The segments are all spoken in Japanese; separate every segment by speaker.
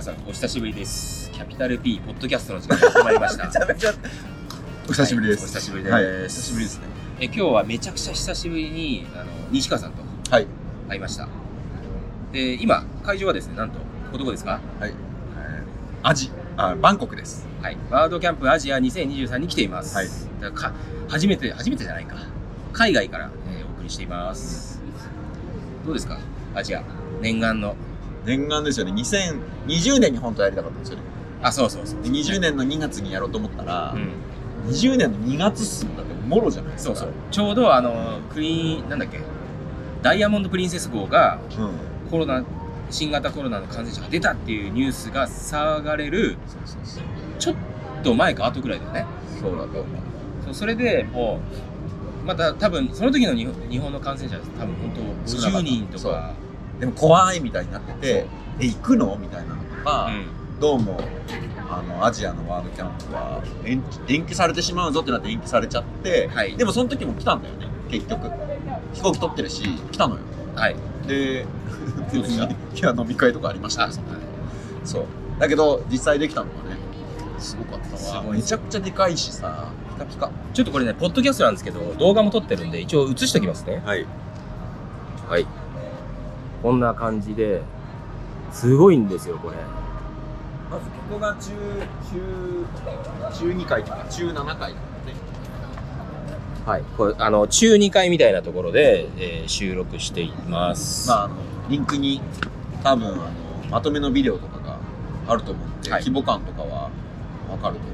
Speaker 1: さん、お久しぶりです。キャピタル P ポッドキャストの時間がやってまいりました。
Speaker 2: めちゃ お久しぶりです。
Speaker 1: はいお久しぶりです
Speaker 2: はい久しぶりですね。
Speaker 1: え今日はめちゃくちゃ久しぶりにあの西川さんと
Speaker 2: はい。
Speaker 1: 会いました。で、今、会場はですね、なんと、ここどこですか
Speaker 2: はい。えーアジ、あ、バンコクです。
Speaker 1: はい。ワールドキャンプアジア2023に来ています。
Speaker 2: はい
Speaker 1: だからか初めて、初めてじゃないか。海外から、えーお送りしています。どうですかアジア。念願の。
Speaker 2: 念願ですよね。2020年に本当はやりたかったんですよね。
Speaker 1: あ、そうそうそう。
Speaker 2: で20年の2月にやろうと思ったら、
Speaker 1: うん。
Speaker 2: 20年の2月っすんだってもろじゃないです
Speaker 1: そ
Speaker 2: か。
Speaker 1: うそう。ちょうど、あの、クイーン、なんだっけ、ダイヤモンド・プリンセス号が
Speaker 2: う。うん。
Speaker 1: コロナ、新型コロナの感染者が出たっていうニュースが騒がれる、
Speaker 2: そうそうそう。
Speaker 1: ちょっと前か後くらいだよね。
Speaker 2: そうだと思う。
Speaker 1: そうそれでもうまた多分その時の日本日本の感染者は多分本当
Speaker 2: 少なかった
Speaker 1: 50人とか
Speaker 2: でも怖いみたいになってて、え、行くのみたいなのと
Speaker 1: う
Speaker 2: か、
Speaker 1: ん
Speaker 2: どうも、あの、アジアのワールドキャンプは延期延期されてしまうぞってなって延期されちゃって、
Speaker 1: はい
Speaker 2: でもその時も来たんだよね、結局。飛行機取ってるし、来たのよ。
Speaker 1: はい
Speaker 2: で、
Speaker 1: どうでした
Speaker 2: いや飲み会とかありました
Speaker 1: あ
Speaker 2: よ
Speaker 1: そうだね
Speaker 2: そう。だけど、実際できたのがね、すごかっ
Speaker 1: す
Speaker 2: たわ。
Speaker 1: ごい
Speaker 2: めちゃくちゃでかいしさ、ピカピカ。
Speaker 1: ちょっとこれねポッドキャストなんですけど動画も撮ってるんで一応映しておきますね
Speaker 2: はい。
Speaker 1: はいこんな感じですごいんですよこれ
Speaker 2: まずここが中、中、中2回とか中7回だからね。
Speaker 1: はいこれあの中2階みたいなところで、えー収録しています
Speaker 2: まあ、あの、リンクに多分、あの、まとめのビデオとかがあると思うんで、
Speaker 1: はい
Speaker 2: 規模感とかはわかると思うけど。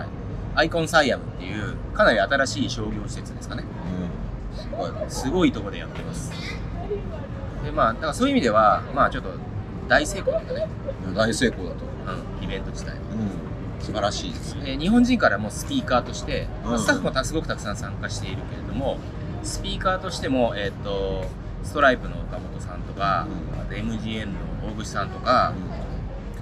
Speaker 2: はい。
Speaker 1: アイコンサイアムっていうかなり新しい商業施設ですかね
Speaker 2: うん。すごい。
Speaker 1: すごいとこでやってますでまあだからそういう意味ではまあちょっと大成功というかね
Speaker 2: 大成功だと思う。
Speaker 1: うん、イベント自体は。
Speaker 2: うん。素晴らしいですね。
Speaker 1: で日本人からもスピーカーとして、まあ
Speaker 2: うん
Speaker 1: スタッフもたすごくたくさん参加しているけれども、スピーカーとしても、えっとストライプの岡本さんとか、
Speaker 2: うん
Speaker 1: あと MGM の大口さんとか、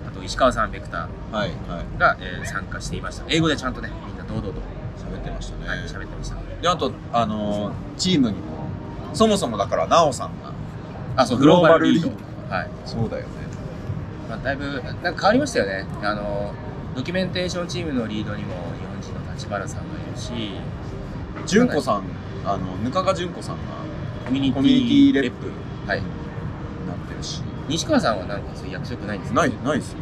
Speaker 2: う
Speaker 1: あと石川さん、ベクタ
Speaker 2: んはい、はい。
Speaker 1: ーが、えー参加していました。英語でちゃんとね、みんな堂々と
Speaker 2: 喋ってましたね。
Speaker 1: はい喋ってました。
Speaker 2: であとあのーチームにもそもそもだから奈緒さんが
Speaker 1: あ、そう、グ
Speaker 2: グ
Speaker 1: ロ
Speaker 2: ロ
Speaker 1: ー
Speaker 2: ー
Speaker 1: バ
Speaker 2: バ
Speaker 1: ル
Speaker 2: ル
Speaker 1: リ
Speaker 2: リ
Speaker 1: ー
Speaker 2: ー
Speaker 1: ド
Speaker 2: ド。
Speaker 1: はい。
Speaker 2: そうだよね
Speaker 1: まあ、だいぶ、なんか変わりましたよね。あの、ドキュメンテーションチームのリードにも日本人の立花さんがいるし、
Speaker 2: 純子さんあのぬかが純子さんが
Speaker 1: コミュニテ
Speaker 2: コミュ
Speaker 1: ィ
Speaker 2: ニティ
Speaker 1: レ
Speaker 2: レ
Speaker 1: ッ
Speaker 2: ッ
Speaker 1: プ。はい。
Speaker 2: なってるし
Speaker 1: 西川さんはなんかそういう役職ないんですか
Speaker 2: ないないですよ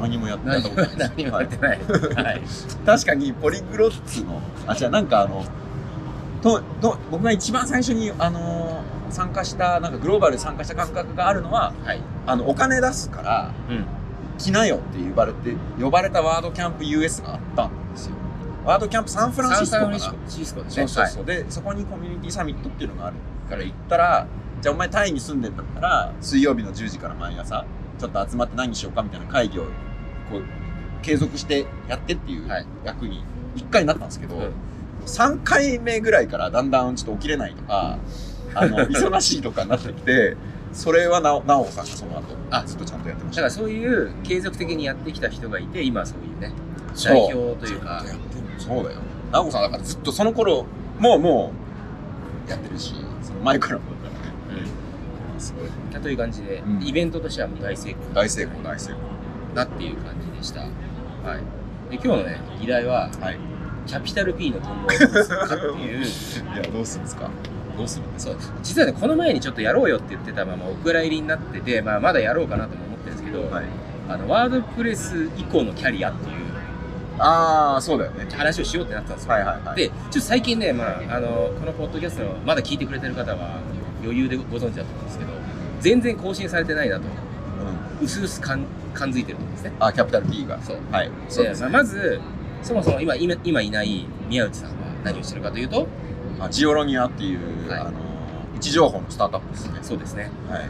Speaker 2: 何もやってな
Speaker 1: 何
Speaker 2: い
Speaker 1: も 何もやってない。はい。
Speaker 2: 確かにポリグロッツのあじゃあなんかあのとと僕が一番最初にあのー参加したなんかグローバルに参加した感覚があるのは
Speaker 1: はい。
Speaker 2: あのお金出すから
Speaker 1: うん。
Speaker 2: 来なよって呼ばれて呼ばれたワードキャンプ US があったんですよワードキャンプサンフランシスコ
Speaker 1: サ
Speaker 2: か
Speaker 1: ンフラ
Speaker 2: な
Speaker 1: ンシスコです
Speaker 2: そ
Speaker 1: ね。
Speaker 2: うそう
Speaker 1: はい
Speaker 2: そう、でそこにコミュニティサミットっていうのがあるから行ったらじゃあお前タイに住んでんだったら水曜日の10時から毎朝ちょっと集まって何しようかみたいな会議をこう継続してやってっていう
Speaker 1: はい
Speaker 2: 役に1回になったんですけど、
Speaker 1: うん
Speaker 2: 3回目ぐらいからだんだんちょっと起きれないとかあ の忙しいとかになってきてそれはなおなおさんがその後
Speaker 1: あ
Speaker 2: ずっとちゃんとやってま
Speaker 1: だ
Speaker 2: し
Speaker 1: か
Speaker 2: た
Speaker 1: らそういう継続的にやってきた人がいて、今そういうね、
Speaker 2: そう
Speaker 1: 代表というか
Speaker 2: ずっ、やってるそうだよなおさんだからずっとその頃もうもうやってるしその前からもだからねすごい
Speaker 1: うんという感じで、
Speaker 2: うん
Speaker 1: イベントとしてはもう大成功
Speaker 2: 大成功大成功
Speaker 1: だっていう感じでした。はい。で、今日のね、議題は、
Speaker 2: はい
Speaker 1: キャピタル P の今後をどうするかっていう、
Speaker 2: いやどうするんですかどうするんです
Speaker 1: そう、実はね、この前にちょっとやろうよって言ってたまま、お蔵入りになってて、まあ、まだやろうかなとも思ってるんですけど、
Speaker 2: かはい
Speaker 1: あのワードプレス以降のキャリアっていう
Speaker 2: ああそうだよね
Speaker 1: 話をしようってなったんですよ。
Speaker 2: はいはいはい
Speaker 1: で、ちょっと最近ね、まあ、あのこのポッドキャストのまだ聞いてくれてる方は余裕でご存知だと思うんですけど、全然更新されてないなと、
Speaker 2: うん、
Speaker 1: うすうす感感づいてると思うんですね。
Speaker 2: あキャピタル P が
Speaker 1: そう
Speaker 2: はいそう
Speaker 1: で
Speaker 2: です
Speaker 1: まあ
Speaker 2: ね、
Speaker 1: まず、そもそも今今今いない宮内さんは何をしてるかというと、
Speaker 2: あ、ジオロニアっていう、
Speaker 1: はい
Speaker 2: あの位置情報のスタートアップですね
Speaker 1: そうですね、
Speaker 2: はい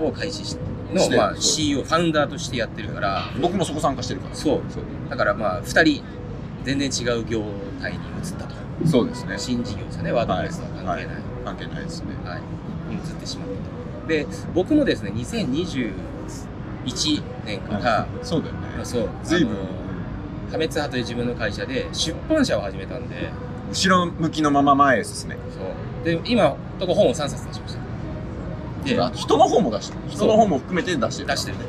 Speaker 1: を開始し
Speaker 2: し
Speaker 1: の、
Speaker 2: て
Speaker 1: まあ、
Speaker 2: そう
Speaker 1: CEO、ファウンダーとしてやってるから、
Speaker 2: 僕もそこ参加してるから
Speaker 1: そう、
Speaker 2: そう
Speaker 1: だからまあ、2人、全然違う業態に移ったと。
Speaker 2: そうですね
Speaker 1: 新事業ですよね、ワードプレスとは関係ない。
Speaker 2: 関係ないですね
Speaker 1: はい、移ってしまったと。で、僕もですね、2021年から、
Speaker 2: そうだよね
Speaker 1: そう、
Speaker 2: 随
Speaker 1: あ
Speaker 2: 分
Speaker 1: の破滅派という自分の会社で出版社を始めたんで、
Speaker 2: 後ろ向きのまま前へ進め
Speaker 1: そう。で、今、とこ本を3冊出しました。で、
Speaker 2: 人の方も出してる
Speaker 1: そう
Speaker 2: 人の方も含めて出してる
Speaker 1: 出してるね。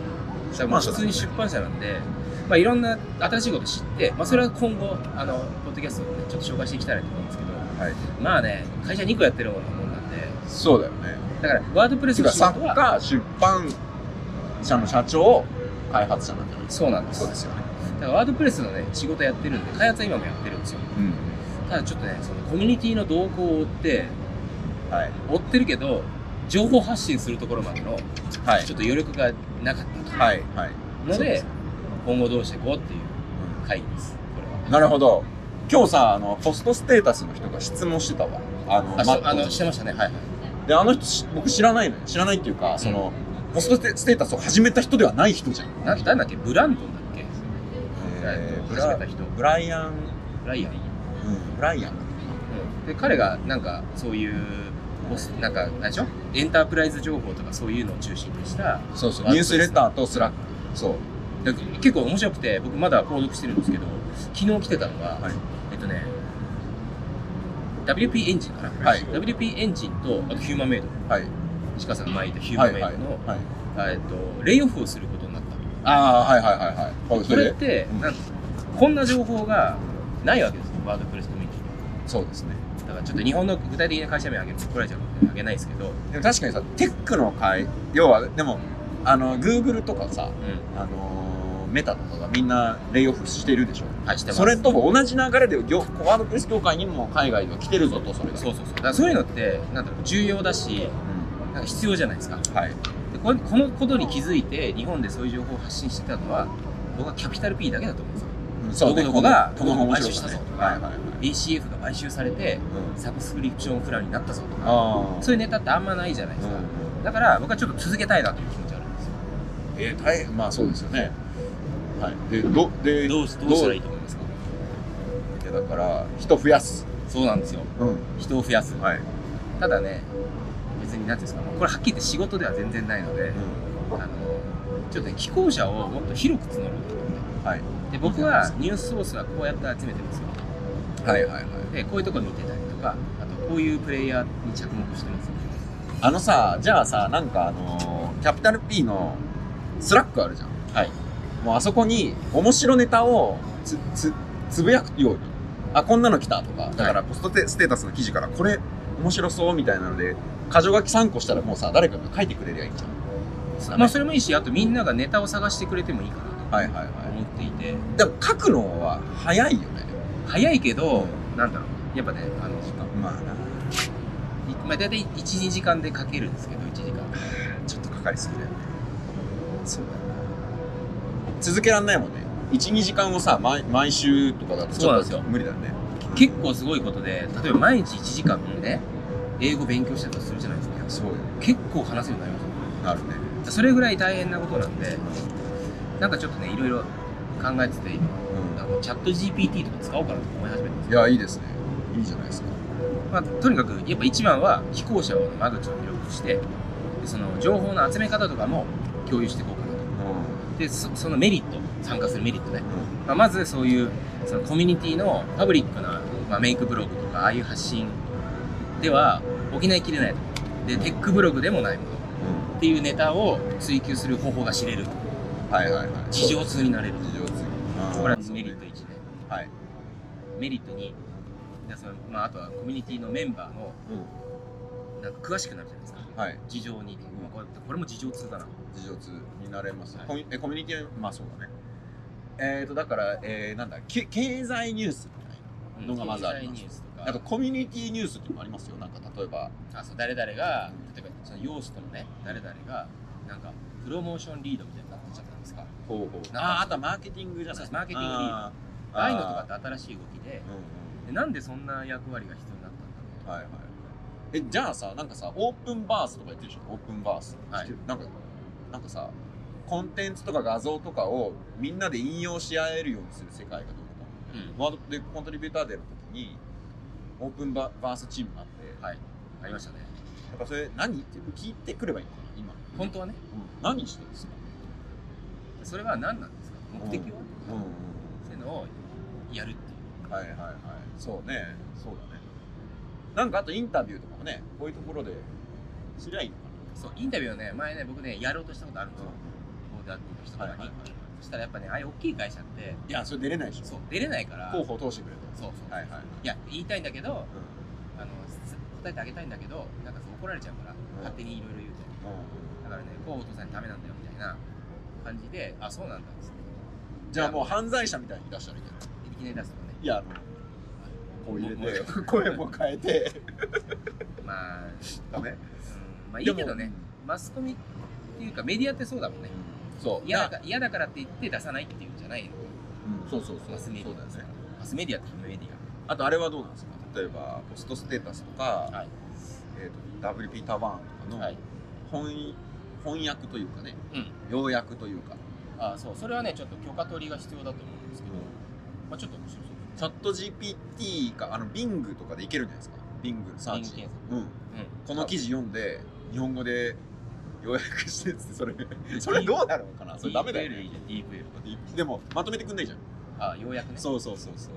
Speaker 1: だからまあ普通に出版社なんで、まあ、いろんな新しいこと知って、まあ、それは今後あのポッドキャストをね、ちょっと紹介していきたいなと思うんですけど
Speaker 2: はい、
Speaker 1: まあね会社2個やってるようなもんなんで
Speaker 2: そうだよね
Speaker 1: だからワードプレス
Speaker 2: て
Speaker 1: の
Speaker 2: か
Speaker 1: 仕
Speaker 2: 作
Speaker 1: 事は
Speaker 2: 家出版社の社長開発者なんじゃないですか
Speaker 1: そうなんです
Speaker 2: そう
Speaker 1: だ
Speaker 2: ですよね
Speaker 1: からワードプレスのね仕事やってるんで開発は今もやってるんですよ
Speaker 2: うん
Speaker 1: ただちょっとねそのコミュニティの動向を追って
Speaker 2: はい
Speaker 1: 追ってるけど情報発信するところまでの
Speaker 2: はい
Speaker 1: ちょっと余力がなかった
Speaker 2: はいはい
Speaker 1: の
Speaker 2: そうで
Speaker 1: です今後どうしていこうっていう会議ですこれは
Speaker 2: なるほど今日さあのポストステータスの人が質問してたわあの
Speaker 1: あ
Speaker 2: マ
Speaker 1: し
Speaker 2: ット
Speaker 1: あのしてましたねはいはい
Speaker 2: であの人し僕知らないのよ知らないっていうかその、ポストステータスを始めた人ではない人じゃん
Speaker 1: ななんだっけブランドンだっけえー
Speaker 2: ブ
Speaker 1: 始め
Speaker 2: ラ
Speaker 1: た人
Speaker 2: ブライアン、
Speaker 1: ブライアン、
Speaker 2: うん、ブライアン
Speaker 1: で彼がなんかそういうボスなんか何でしょエンタープライズ情報とかそういうのを中心にした
Speaker 2: そうそう
Speaker 1: あ
Speaker 2: ニュースレターとスラックそう
Speaker 1: で結構面白くて僕まだ購読してるんですけど昨日来てたのが、
Speaker 2: はい
Speaker 1: えっとね WP エンジンかな、
Speaker 2: はい
Speaker 1: WP エンジンとあとヒューマンメイド
Speaker 2: はい
Speaker 1: 石川さんが前言ったヒューマ
Speaker 2: は
Speaker 1: ン
Speaker 2: い
Speaker 1: メイ
Speaker 2: はい
Speaker 1: ドの、
Speaker 2: はい
Speaker 1: あえっと、レイオフをすることになった
Speaker 2: ああはいはいはいはいはい
Speaker 1: こ
Speaker 2: それ
Speaker 1: れ
Speaker 2: で
Speaker 1: って、
Speaker 2: うん
Speaker 1: なんこんな情報がないわけですよワードプレスコミュニティに
Speaker 2: そうですね
Speaker 1: だからちょっと日本の具体的な会社名あげる怒られちゃうのであげないですけど、
Speaker 2: でも確かにさテックの会要はでもあのグーグルとかさ
Speaker 1: う
Speaker 2: あのーメタとかがみんなレイオフしてるでしょ
Speaker 1: ん、はいしてます
Speaker 2: それとも同じ流れで業ワードプレス業界にも海外では来てるぞとそれが
Speaker 1: そうそうそうだからそういうのってなんだろう重要だしなんか必要じゃないですか
Speaker 2: うんはい
Speaker 1: でここのことに気づいて日本でそういう情報を発信してたのは僕はキャピタル P だけだと思うんですよ
Speaker 2: そ
Speaker 1: ど
Speaker 2: うで
Speaker 1: こど
Speaker 2: こ
Speaker 1: こ
Speaker 2: こ
Speaker 1: が
Speaker 2: がこの本面白
Speaker 1: 買収したぞ
Speaker 2: はいはいはい、
Speaker 1: ACF が買収されてサブスクリプションプランになったぞとか
Speaker 2: ああ
Speaker 1: そういうネタってあんまないじゃないですか、だから僕はちょっと続けたいなという気持ちがあるんですよ
Speaker 2: えー、大変まあそうですよねはいでどで
Speaker 1: どうしどうしたらいいと思いますか
Speaker 2: いやだから人増やす
Speaker 1: そうなんですよ
Speaker 2: うん
Speaker 1: 人を増やす
Speaker 2: はい、
Speaker 1: ただね別に何ていうんですかもうこれはっきり言って仕事では全然ないので、あのちょっとね寄稿者をもっと広く募ろうと思って
Speaker 2: はい
Speaker 1: で僕はニュースソースはこうやって集めてますよ
Speaker 2: はいはいはい
Speaker 1: でこういうとこ見てたりとかあとこういうプレイヤーに着目してますよ
Speaker 2: あのさじゃあさなんかあのーキャピタル P のスラックあるじゃん
Speaker 1: はい
Speaker 2: もうあそこに面白ネタをつつつぶやくようにあこんなの来たとかだからポストテステータスの記事からこれ面白そうみたいなので箇条書き3個したらもうさ誰かが書いてくれりゃいいじゃん
Speaker 1: まあそれもいいしあとみんながネタを探してくれてもいいかな
Speaker 2: はいはい
Speaker 1: と
Speaker 2: は
Speaker 1: 思っていて
Speaker 2: いでも書くのは早いよね
Speaker 1: 早いけどなんだろうやっぱねあの
Speaker 2: まあない
Speaker 1: まあ、大体12時間で書けるんですけど1時間
Speaker 2: ちょっとかかりすぎだよねそうだよな続けらんないもんね12時間をさ毎毎週とかだとち
Speaker 1: そう
Speaker 2: ょ
Speaker 1: なん
Speaker 2: っ
Speaker 1: ですよ
Speaker 2: と無理だよね
Speaker 1: 結構すごいことで例えば毎日1時間ね英語勉強したりとかするじゃないですか
Speaker 2: そうよ
Speaker 1: 結構話せるようになり
Speaker 2: なるね
Speaker 1: ますよそれぐらい大変なことなんでなんかちょっとねいろいろ考えてて今あのチャット GPT とか使おうかなとか思い始めてます
Speaker 2: いやいいですねいいじゃないですか
Speaker 1: まあ、とにかくやっぱ一番は飛行者の間口を広くしてでその情報の集め方とかも共有していこうかなとでそそのメリット参加するメリットね、まあ、まずそういうそのコミュニティのパブリックな、まあ、メイクブログとかああいう発信では補いきれないとでテックブログでもないものっていうネタを追求する方法が知れる
Speaker 2: はいはいはい
Speaker 1: 地上通になれる
Speaker 2: 事情次
Speaker 1: これはメリット1ね
Speaker 2: はい
Speaker 1: メリット2でその、まあ、あとはコミュニティのメンバーのなんか詳しくなるじゃないですか
Speaker 2: はい
Speaker 1: 事情に、まあこれこれも事情通だな
Speaker 2: 事情通になれます、
Speaker 1: はい
Speaker 2: コミュえコミュニティまあそうだねえっ、ー、とだから、えー、なんだけ経済ニュースみたいのがまずあります
Speaker 1: 経済ニュースとか
Speaker 2: なあとコミュニティニュースっていうのもありますよなんか例えば
Speaker 1: あそう誰々が例えばその容姿とのね誰々がなんかプロモーションリードみたいになってちゃったんですか
Speaker 2: ほうほう
Speaker 1: なんか
Speaker 2: あーあとはマーケティングじゃない
Speaker 1: そうマーケティングリー
Speaker 2: あー
Speaker 1: ああいうのとかって新しい動きで
Speaker 2: うんう
Speaker 1: で
Speaker 2: ん
Speaker 1: なんでそんな役割が必要になったんだろう
Speaker 2: はいはいえじゃあさなんかさオープンバースとか言ってるでしょオープンバース、
Speaker 1: はい
Speaker 2: 知ってるなんかなんかさコンテンツとか画像とかをみんなで引用し合えるようにする世界がどうとか
Speaker 1: うん
Speaker 2: ワードでコントリビューターデーの時にオープンババースチームがあってや
Speaker 1: はいありましたね
Speaker 2: っぱそれ何って聞いてくればいいのかな今、
Speaker 1: 本当はね
Speaker 2: うん何してるんですか、
Speaker 1: それは何なんですか目的を、
Speaker 2: うん
Speaker 1: そういうのをやるっていう
Speaker 2: うん、はいはいはいそうねそうだねなんかあとインタビューとかもねこういうところで知りゃいいのか
Speaker 1: そうインタビューをね前ね僕ねやろうとしたことあるんですよ、
Speaker 2: な、
Speaker 1: もうダークの人とかに、
Speaker 2: はいはいはい
Speaker 1: そしたらやっぱねああいう大きい会社って
Speaker 2: いや、それ出れないでしょ。
Speaker 1: そう出れないから
Speaker 2: 候補を通してくれと。
Speaker 1: そうそう
Speaker 2: はいはい。
Speaker 1: いや言いたいんだけど
Speaker 2: うん
Speaker 1: あのす答えてあげたいんだけどなんかそう怒られちゃうから勝手にいろいろ言うとだからねこうお父さんにダメなんだよみたいな感じであそうなんだっつって
Speaker 2: じゃあもう犯罪者みたいに出したらいいんじゃない
Speaker 1: いきなり出すとかね
Speaker 2: いや、あの、こう入
Speaker 1: もう
Speaker 2: れて、 声も変えて、
Speaker 1: まあ、うん、
Speaker 2: ダメ。
Speaker 1: まあいいけど
Speaker 2: で
Speaker 1: ね
Speaker 2: も。
Speaker 1: マスコミっていうかメディアってそうだもんね
Speaker 2: そう。
Speaker 1: 嫌だ
Speaker 2: な
Speaker 1: か嫌だからって言って出さないっていうんじゃないの
Speaker 2: うんそうそうそう。
Speaker 1: マスメデ
Speaker 2: そ
Speaker 1: ィ
Speaker 2: う
Speaker 1: ア
Speaker 2: だ
Speaker 1: で
Speaker 2: よ
Speaker 1: すか
Speaker 2: ね
Speaker 1: ら。マスメディアっていうメディア
Speaker 2: あとあれはどうなんですか例えば、ポストステータスとか、
Speaker 1: はい
Speaker 2: えっ、と、ダブルピーター・バーンとかの、
Speaker 1: はい
Speaker 2: 翻翻訳というかね、
Speaker 1: うん
Speaker 2: 要約というか、
Speaker 1: あそうそれはねちょっと許可取りが必要だと思うんですけど、まあ、ちょっと面白そう
Speaker 2: チャット GPT か、あの、Bing とかでいけるんじゃないですか Bing のサーチ。
Speaker 1: Bing 検索
Speaker 2: うん。
Speaker 1: うん
Speaker 2: この記事読んで、日本語で要約してっつって、それ、 それどうなるのかなそれダメだよ、ね。
Speaker 1: DVL でいいじゃん DVL
Speaker 2: でも、まとめてくんないじゃん。
Speaker 1: あようやくね
Speaker 2: そうそうそうそう。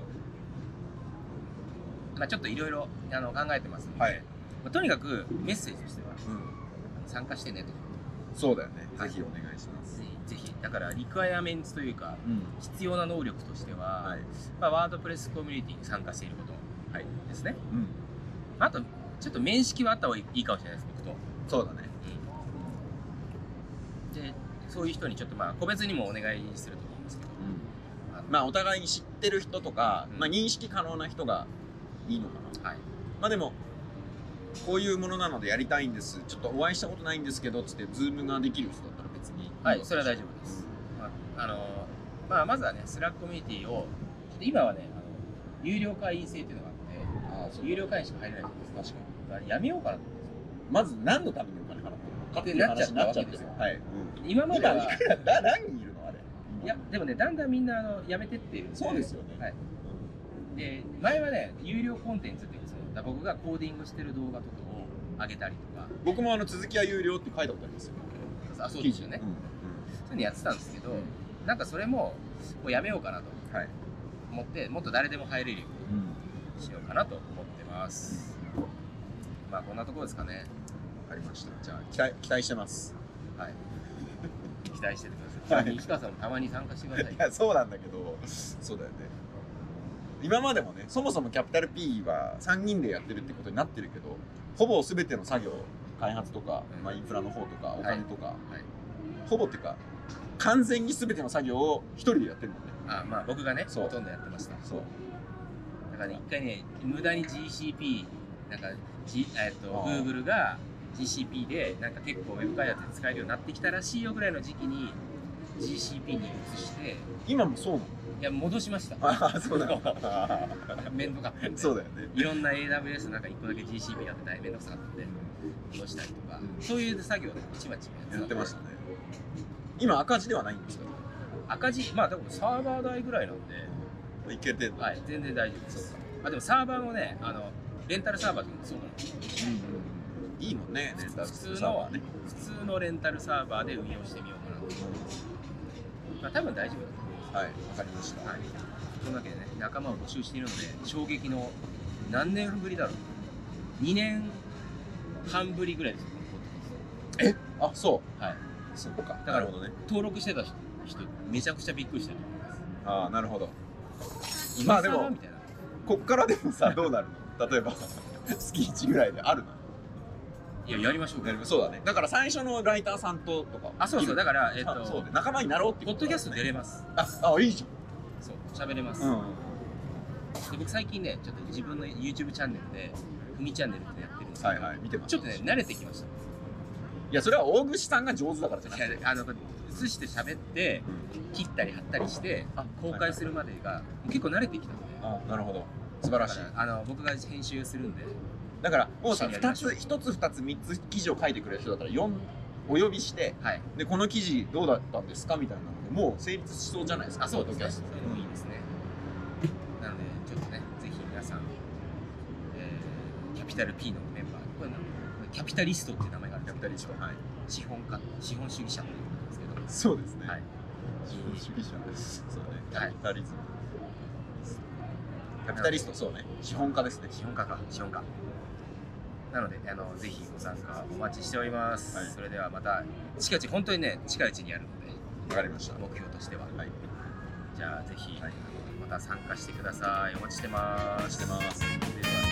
Speaker 1: まあ、ちょっといろいろあの考えてますんで、
Speaker 2: はい。
Speaker 1: まあ、とにかくメッセージとしては
Speaker 2: うん。
Speaker 1: 参加してねと
Speaker 2: そうだよね。
Speaker 1: はい
Speaker 2: ぜひお願いします。
Speaker 1: ぜひぜひだからリクワイアメンツというか
Speaker 2: うん。
Speaker 1: 必要な能力としては、
Speaker 2: はい。
Speaker 1: まあ、ワードプレスコミュニティに参加していること
Speaker 2: はい。
Speaker 1: ですね、
Speaker 2: うん。
Speaker 1: まあ、あとちょっと面識はあった方がいいかもしれないです僕と、
Speaker 2: そうだね。
Speaker 1: でそういう人にちょっとまあ個別にもお願いすると思うんですけど
Speaker 2: うん。
Speaker 1: あの
Speaker 2: まあ、お互いに知ってる人とか、
Speaker 1: うん
Speaker 2: まあ、認識可能な人がいいのかな。
Speaker 1: はい
Speaker 2: まあ、でも、こういうものなのでやりたいんです。ちょっとお会いしたことないんですけど、つって、ズームができる人だったら別に。
Speaker 1: はい、それは大丈夫です。
Speaker 2: う
Speaker 1: まあ、あのーまあ、まずはね、スラックコミュニティを、ちょっと今はね、あの有料会員制っていうのがあ
Speaker 2: ん。ああ、
Speaker 1: っ
Speaker 2: そ
Speaker 1: て、有料会員しか入れないじゃないです
Speaker 2: 確かに。
Speaker 1: か。だからやめようかなと思って
Speaker 2: まず何のためにお金払ってるのかっていう話になっちゃって
Speaker 1: なっちゃっ
Speaker 2: る
Speaker 1: たわ
Speaker 2: はい。
Speaker 1: 今までは、
Speaker 2: 今いくらだ何人いるのあれ。
Speaker 1: いや、でもね、だんだんみんなあのやめてってるんで。
Speaker 2: そうですよね。
Speaker 1: はい。で、前はね、有料コンテンツっていうその、僕がコーディングしてる動画とかを上げたりとか、
Speaker 2: 僕もあの続きは有料って書いたことありますよ。
Speaker 1: あそうですよね
Speaker 2: 記。
Speaker 1: そう
Speaker 2: 事
Speaker 1: いうのやってたんですけど、
Speaker 2: うん
Speaker 1: なんかそれも、もうやめようかなと
Speaker 2: うんはい。
Speaker 1: 思って、もっと誰でも入れるようにしようかなと思ってます。まあこんなところですかね。
Speaker 2: わかりました。じゃあ期待期待してます。
Speaker 1: はい。期待しててくだ
Speaker 2: は
Speaker 1: さ
Speaker 2: い
Speaker 1: い。西川さんもたまに参加してください
Speaker 2: い。やそうなんだけど、そうだよね。今までもね、そもそもキャピタル P は3人でやってるってことになってるけど、ほぼ全ての作業、開発とか、まあ、インフラの方とか、お金とか、
Speaker 1: はい。
Speaker 2: ほぼっていうか、完全に全ての作業を一人でやってるもんね。
Speaker 1: あ、まあ僕がね、
Speaker 2: そう
Speaker 1: ほとんどやってました。
Speaker 2: そう。
Speaker 1: だからね、一回ね、無駄に GCP、なんか、G、えっと、
Speaker 2: あー
Speaker 1: Google が GCP で、なんか結構ウェブ開発で使えるようになってきたらしいよぐらいの時期に、GCP に移して、い
Speaker 2: 今もそうなの
Speaker 1: や、戻しました。
Speaker 2: ああ、そうな の。
Speaker 1: めんどかったんで。
Speaker 2: そうだよね。
Speaker 1: いろんな AWS の中1個だけ GCP やって大変めんどくさかったんで、戻したりとか、
Speaker 2: うん
Speaker 1: そういう作業でちまちまやって
Speaker 2: やってましたね。今赤字ではないんですよ。
Speaker 1: 赤字、まあでもサーバー代ぐらいなんで、
Speaker 2: いけてる。
Speaker 1: はい、全然大丈夫です。まあでもサーバーもね、あの、レンタルサーバーってそうなの。
Speaker 2: いいもんね、レンタル
Speaker 1: 普通
Speaker 2: サー
Speaker 1: の
Speaker 2: バーね。、
Speaker 1: 普通のレンタルサーバーで運用してみようかなと。まあ多分大丈夫だと思います。
Speaker 2: はい、わかりました。
Speaker 1: はい。そんなわけでね、仲間を募集しているので、衝撃の何年ぶりだろう。2年半ぶりぐらいですよ、このポッドキャス
Speaker 2: えあ、そ
Speaker 1: トはい。
Speaker 2: う。そうか。
Speaker 1: だから
Speaker 2: なるほどね。
Speaker 1: 登録してた人、人めちゃくちゃびっくりしてると思います。
Speaker 2: ああ、なるほど。
Speaker 1: 今
Speaker 2: まあで
Speaker 1: 更
Speaker 2: も
Speaker 1: みたいな。
Speaker 2: こっからでもさ、どうなるの例えば、月1ぐらいであるな。
Speaker 1: いや、やりましょうか。
Speaker 2: そうだね。だから最初のライターさんととか。
Speaker 1: あ、そうそう。だ
Speaker 2: か
Speaker 1: から、えっと、
Speaker 2: そうね仲間になろうって
Speaker 1: ポッドキャスト出
Speaker 2: れ
Speaker 1: れます。
Speaker 2: あ、あ、いいじ
Speaker 1: そう、喋れます。
Speaker 2: ゃん。うん。
Speaker 1: で僕最近ねちょっと自分の YouTube チャンネルで「ふみチャンネル」ってやってるんですけど、
Speaker 2: はいはい、見てます。
Speaker 1: ちょっとね慣れてきました
Speaker 2: いや、それは大串さんが上手だからじゃないくて。
Speaker 1: やあの映して喋って切ったり貼ったりして
Speaker 2: あ
Speaker 1: 公開するまでが結構慣れてきたので
Speaker 2: あ、なるほど。素晴らしい
Speaker 1: だ。からあの僕が編集するんで
Speaker 2: だからもうさ
Speaker 1: 一緒にやり
Speaker 2: 2
Speaker 1: ましょう
Speaker 2: つ1つ2つ3つ記事を書いてくれる人だったら4お呼びして
Speaker 1: はい
Speaker 2: でこの記事どうだったんですかみたいなのでもう成立しそうじゃないですか
Speaker 1: あそうですね
Speaker 2: ポッドキャス
Speaker 1: そういうのもいいですねなのでちょっとねぜひ皆さん、えーキャピタル P のメンバーこれなんこれキャピタリストって名前があるんですけど
Speaker 2: トはい
Speaker 1: 資本家資本主義者っていうんですけど
Speaker 2: そうですね
Speaker 1: はい
Speaker 2: 資本主義者そうねキ
Speaker 1: は
Speaker 2: ャ
Speaker 1: い
Speaker 2: ピタリズム、キャピタリストそうね資本家ですね
Speaker 1: 資本家か資本家なのであのぜひご参加お待ちしております、
Speaker 2: はい
Speaker 1: それではまた近いうち本当にね近いうちにやるので
Speaker 2: わかりました。
Speaker 1: 目標としては
Speaker 2: はい。
Speaker 1: じゃあぜひ
Speaker 2: はい
Speaker 1: また参加してくださいお待ちしてます
Speaker 2: してます
Speaker 1: では